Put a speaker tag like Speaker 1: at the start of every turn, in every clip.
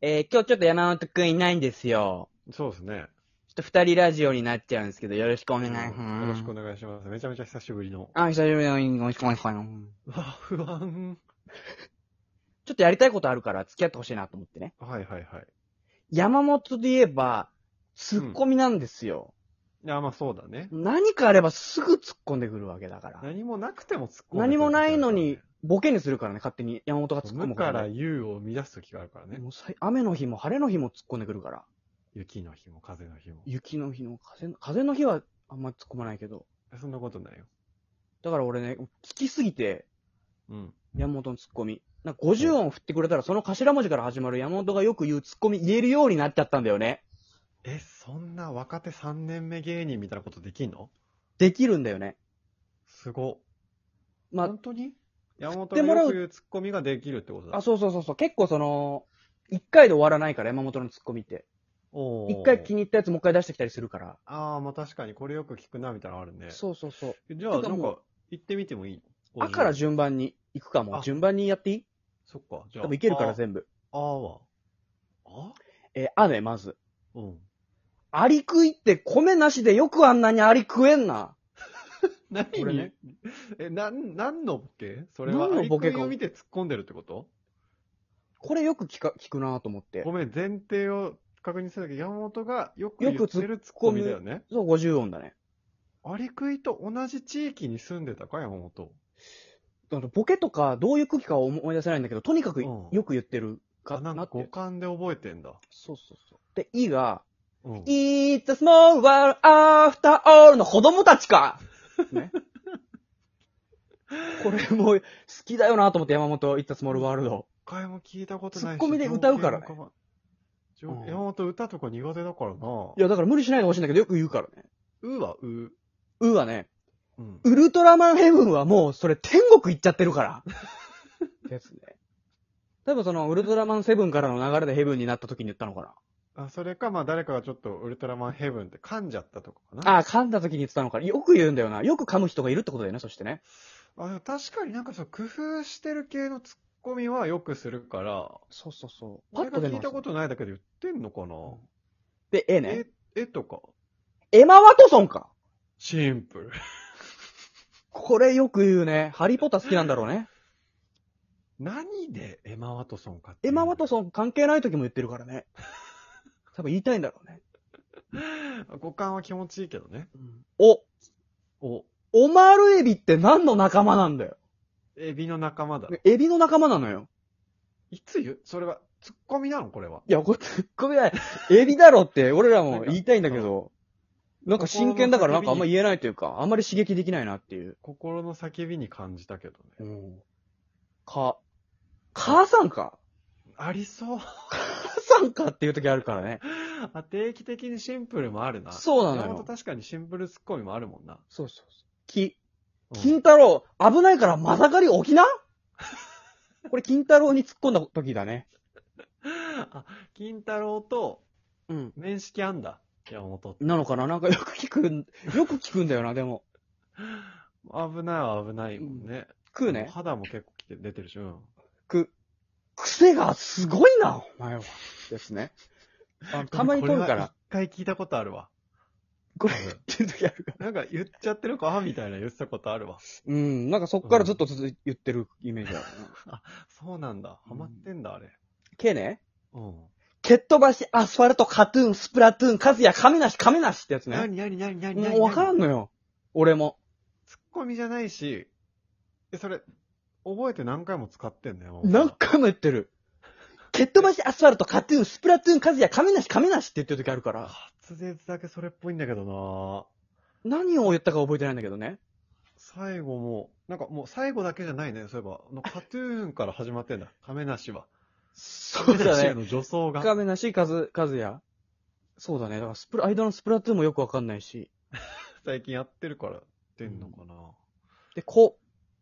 Speaker 1: えー今日ちょっと山本くんいないんですよ。
Speaker 2: そうですね。
Speaker 1: ちょっと二人ラジオになっちゃうんですけど、よろしくお願いします。
Speaker 2: よろしくお願いします。めちゃめちゃ久しぶりの。
Speaker 1: あ、久しぶりの、よろしくお願いします。
Speaker 2: うわ、不安。
Speaker 1: ちょっとやりたいことあるから付き合ってほしいなと思ってね。
Speaker 2: はいはいはい。
Speaker 1: 山本で言えば、ツッコミなんですよ。
Speaker 2: いや、まあそうだね。
Speaker 1: 何かあればすぐ突っ込んでくるわけだから。
Speaker 2: 何もなくても突っ込む。
Speaker 1: 何もないのに、ボケにするからね、勝手に山本が突っ
Speaker 2: そう、
Speaker 1: 込む
Speaker 2: 無
Speaker 1: か
Speaker 2: からら
Speaker 1: ね。
Speaker 2: 有を生み出す時があるからね。
Speaker 1: もうさい雨の日も晴れの日も突っ込んでくるから。
Speaker 2: 雪の日も風の日も。
Speaker 1: 雪の日の風の、風の日はあんま突っ込まないけど。
Speaker 2: そんなことないよ。
Speaker 1: だから俺ね、聞きすぎて、
Speaker 2: うん。
Speaker 1: 山本のツッコミ。なんか50音振ってくれたら、その頭文字から始まる山本がよく言うツッコミ言えるようになっちゃったんだよね。
Speaker 2: え、そんな若手3年目芸人みたいなことできんの
Speaker 1: できるんだよね。
Speaker 2: すご。
Speaker 1: まあ
Speaker 2: 本当に山本
Speaker 1: て
Speaker 2: が
Speaker 1: もらう
Speaker 2: よく言うツッコミができるってことだ。
Speaker 1: あ、そうそうそうそう。結構その、一回で終わらないから、山本のツッコミって。
Speaker 2: おー
Speaker 1: 一回気に入ったやつもう一回出してきたりするから。
Speaker 2: ああ、まあ確かにこれよく聞くなみたいなのあるね。
Speaker 1: そうそうそう。
Speaker 2: じゃあ、
Speaker 1: てか
Speaker 2: な
Speaker 1: もうん
Speaker 2: か、行ってみてもいい
Speaker 1: あから
Speaker 2: じ
Speaker 1: 順番に行くかも。
Speaker 2: あ
Speaker 1: 順番にやっていい
Speaker 2: そっか、じゃあ。
Speaker 1: 多分いけるから
Speaker 2: 全
Speaker 1: 全部。
Speaker 2: あーは。あ
Speaker 1: えーあね、まず。
Speaker 2: うん。
Speaker 1: アリ食いって米なしでよくあんなにアリ食えんな。
Speaker 2: 何
Speaker 1: これね
Speaker 2: え、なん、何のボケそれは。
Speaker 1: 何のボケか
Speaker 2: アリクイを見て突っ込んでるってこと
Speaker 1: これよく聞か、聞くなと思って
Speaker 2: ご。めん、前提を確認するだけど、山本がよく
Speaker 1: よく
Speaker 2: 言ってるツッコミだよね。
Speaker 1: そう、50音だね。
Speaker 2: アリクイと同じ地域に住んでたか、山本。
Speaker 1: あのボケとか、どういう空気かは思い出せないんだけど、とにかく
Speaker 2: うん
Speaker 1: よく言ってるか
Speaker 2: あ、な
Speaker 1: なんっ
Speaker 2: か
Speaker 1: て。
Speaker 2: 五感で覚えてんだ。
Speaker 1: そうそうそう。で、E が、
Speaker 2: うん。
Speaker 1: It's a small world after all の子供たちか ね。これもう好きだよなと思って山本、It's a small world。
Speaker 2: 一回も聞いたことない
Speaker 1: ツッ
Speaker 2: し。
Speaker 1: コミで歌うからね
Speaker 2: 情景
Speaker 1: う
Speaker 2: も浮かばん
Speaker 1: ん
Speaker 2: 情山本歌とか苦手だからな。
Speaker 1: いや、だから無理しないでほしいんだけど、よく言うからね。
Speaker 2: うはう。
Speaker 1: うはね、
Speaker 2: うん。
Speaker 1: ウルトラマンヘブンはもう、それ天国行っちゃってる から。ですね。多分その、ウルトラマンセブンからの流れでヘブンになった時に言ったのか
Speaker 2: あ、それか、まあ誰かがちょっとウルトラマンヘブンって噛んじゃったとかかな。
Speaker 1: な。ああ、噛んだ時に言ってたのかな。よく言うんだよな。よく噛む人がいるってことだよね、そしてね。
Speaker 2: あ、でも確かになんかそう、工夫してる系のツッコミはよくするから、
Speaker 1: そうそうそう。パ
Speaker 2: 俺
Speaker 1: ッ
Speaker 2: が
Speaker 1: と出
Speaker 2: 聞い
Speaker 1: ます
Speaker 2: た。ことないだけで言ってんのかな、
Speaker 1: で、えね。
Speaker 2: え、えとか。
Speaker 1: エマ・ワトソンか。
Speaker 2: シンプル。
Speaker 1: これよく言うね。ハリーポッター好きなんだろうね。
Speaker 2: 何でエマ・ワトソンか
Speaker 1: エマ・ワト
Speaker 2: ン。
Speaker 1: ソン関係ない時も言ってるからね。多分言いたいんだろうね。
Speaker 2: 五感は気持ちいいけどね。
Speaker 1: お、
Speaker 2: お、
Speaker 1: オマールエビって何の仲間なんだよ。
Speaker 2: エビの仲間だ。
Speaker 1: エビの仲間なのよ。
Speaker 2: いつ言うそれは、ツッコミなのこれは。
Speaker 1: いや、これツッコミない。エビだろって、俺ら
Speaker 2: なん
Speaker 1: も
Speaker 2: か
Speaker 1: 言いたいんだけど、なんか真剣だからなんかあんま言えないというか、あんまり刺激できないなっていう。
Speaker 2: 心の叫びに感じたけどね。
Speaker 1: か、母さんか
Speaker 2: ありそう。
Speaker 1: 母さんかっていう時あるからね。
Speaker 2: あ、定期的にシンプルもあるな。
Speaker 1: そうなのよ
Speaker 2: 山本確かにシンプルツッコミもあるもんな。
Speaker 1: そうそうそう。き、
Speaker 2: うん
Speaker 1: 金太郎、危ないからまさかり 起きなこれ金太郎に突っ込んだ時だね。
Speaker 2: あ、金太郎と
Speaker 1: うん。
Speaker 2: 面識あんだ。山本って。
Speaker 1: なのかななんかよく聞くん、よく聞くんだよな、でも。
Speaker 2: 危ないは危ないもんね。
Speaker 1: 食うね。
Speaker 2: 肌も結構きて出てるし、うん。
Speaker 1: く、癖がすごいな、お前は。ですね。あたまに取るか
Speaker 2: これは
Speaker 1: ら
Speaker 2: 一。回聞いたことあるわ。
Speaker 1: これ、言ってる時あるから。
Speaker 2: なんか言っちゃってるか、あみたいな言ってたことあるわ。
Speaker 1: うん、なんかそっからずっとずっと言ってるイメージあるな。
Speaker 2: そうなんだ。
Speaker 1: うん
Speaker 2: ハマってんだ、あれ。
Speaker 1: けね、
Speaker 2: うん。
Speaker 1: 蹴っ飛ばし、アスファルト、カトゥーン、スプラトゥーン、カズヤ、亀梨、亀梨ってやつ
Speaker 2: な
Speaker 1: ね。
Speaker 2: になになになにな
Speaker 1: も
Speaker 2: に
Speaker 1: うわからんのよ。俺も。
Speaker 2: ツッコミじゃないし、え、それ、覚えて何回も使ってんのよ、山本
Speaker 1: 何回も言ってる。蹴っ飛ばし、アスファルト、カトゥーン、スプラトゥーン、カズヤ、亀梨、亀梨って言ってる時あるから。
Speaker 2: 滑舌だけそれっぽいんだけどな
Speaker 1: 何を言ったか覚えてないんだけどね。
Speaker 2: 最後も、なんかもう最後だけじゃないね、そういえば。あのカトゥーンから始まってんだ。亀梨は。
Speaker 1: そ
Speaker 2: 亀
Speaker 1: うだ
Speaker 2: 梨へ
Speaker 1: ね。
Speaker 2: の女装が。
Speaker 1: 亀梨、カズ、カズヤ。そうだね。だから、スプラ、間のスプラトゥーンもよくわかんないし。
Speaker 2: 最近やってるから出んのかな。
Speaker 1: で、こ、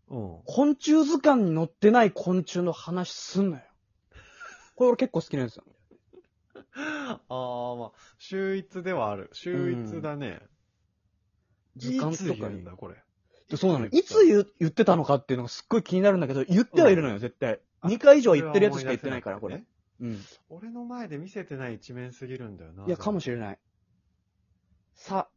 Speaker 2: うん。
Speaker 1: 昆虫図鑑に載ってない昆虫の話すんなよ。これ俺結構好きなんですよ。
Speaker 2: ああ、まあ、秀逸ではある。秀逸だね。
Speaker 1: 図鑑
Speaker 2: い
Speaker 1: と
Speaker 2: つ
Speaker 1: か
Speaker 2: 言うん
Speaker 1: に。
Speaker 2: だ、これ。
Speaker 1: でそうなの。
Speaker 2: い
Speaker 1: い
Speaker 2: つ
Speaker 1: つ言う言ってたのかっていうのがすっごい気になるんだけど、言ってはいるのよ、絶対。
Speaker 2: うん
Speaker 1: 2回以上言ってるやつしか言ってないから、これ。。うん。
Speaker 2: 俺の前で見せてない一面すぎるんだよな。
Speaker 1: いや、かもしれない。さ、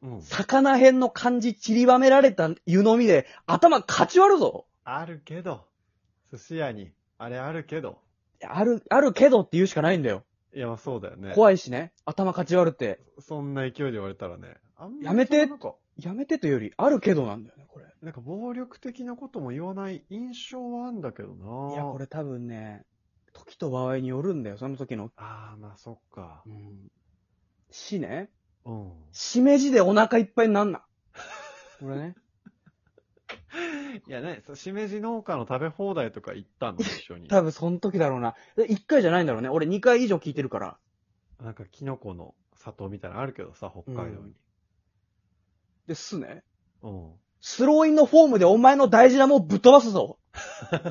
Speaker 2: うん。
Speaker 1: 魚編の漢字散りばめられた湯飲みで頭かち割るぞ
Speaker 2: あるけど。寿司屋に、あれあるけど。
Speaker 1: いやある、あるけどって言うしかないんだよ。
Speaker 2: いや、まあそうだよね。
Speaker 1: 怖いしね。頭かち割るって。
Speaker 2: そんな勢いで言われたらね。あんまり
Speaker 1: やめて
Speaker 2: そんななんか、
Speaker 1: やめてというより、あるけどなんだよね、これ。
Speaker 2: なんか暴力的なことも言わない印象はあんだけどな。
Speaker 1: いや、こ。れ多分ね、時と場合によるんだよ、その時の。
Speaker 2: ああ、まあそっか
Speaker 1: う。ん。しね、
Speaker 2: うん。
Speaker 1: しめじでお腹いっぱいになんな。 これね。
Speaker 2: いやね、そうしめじ農家の食べ放題とか行ったの、一緒に。
Speaker 1: 多分その時だろうな。で一回じゃないんだろうね。俺二回以上聞いてるから。
Speaker 2: なんかキノコの里みたいなのあるけどさ、北海道に。
Speaker 1: ですね。
Speaker 2: うん。
Speaker 1: スローインのフォームでお前の大事なもんぶっ飛ばすぞ。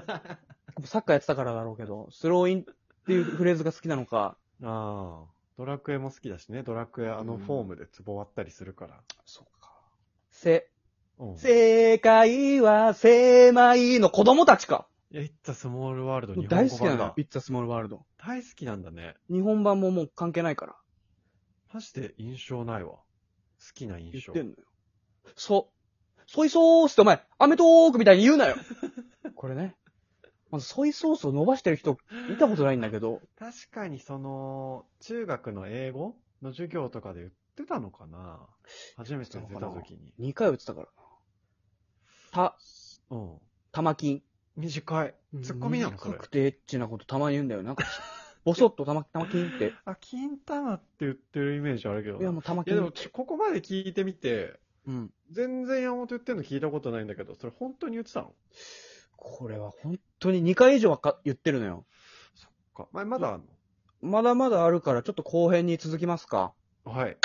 Speaker 1: サッカーやってたからだろうけど、スローインっていうフレーズが好きなのか。
Speaker 2: ああ。ドラクエも好きだしね、ドラクエあのフォームで壺割ったりするから。
Speaker 1: そうか。せ、
Speaker 2: うん。い
Speaker 1: 世界は狭いの子供たちか。
Speaker 2: や、It's a small world 日本語版
Speaker 1: 大好きなんだ。It's a small world。
Speaker 2: 大好きなんだね。
Speaker 1: 日本版ももう関係ないから。
Speaker 2: マジで印象ないわ。好きな
Speaker 1: 言
Speaker 2: 印象。
Speaker 1: ってんのよ。そう。ソイソースってお前、アメトーークみたいに言うなよ これね。まずソイソースを伸ばしてる人、見たことないんだけど、
Speaker 2: 確かにその、中学の英語の授業とかで言ってたのかな初めて出た時に。
Speaker 1: 2回打ってたからな。た、
Speaker 2: うん。
Speaker 1: 玉金。
Speaker 2: 短い。ツッコミなのそ
Speaker 1: 短
Speaker 2: れ。
Speaker 1: くてエッチなことたまに言うんだよ。なん か、ぼそっと玉、玉金って。
Speaker 2: あ、金玉って言ってるイメージあるけ
Speaker 1: い
Speaker 2: どな。
Speaker 1: や
Speaker 2: い
Speaker 1: もう玉
Speaker 2: や、でも
Speaker 1: 金。、
Speaker 2: ここまで聞いてみて、
Speaker 1: うん。
Speaker 2: 全然山本言ってんの聞いたことないんだけど、それ本当に言ってたの
Speaker 1: これは本当に2回以上はか言ってるのよ。
Speaker 2: か。ままだあん
Speaker 1: まだまだあるから、ちょっと後編に続きますか。
Speaker 2: のはい。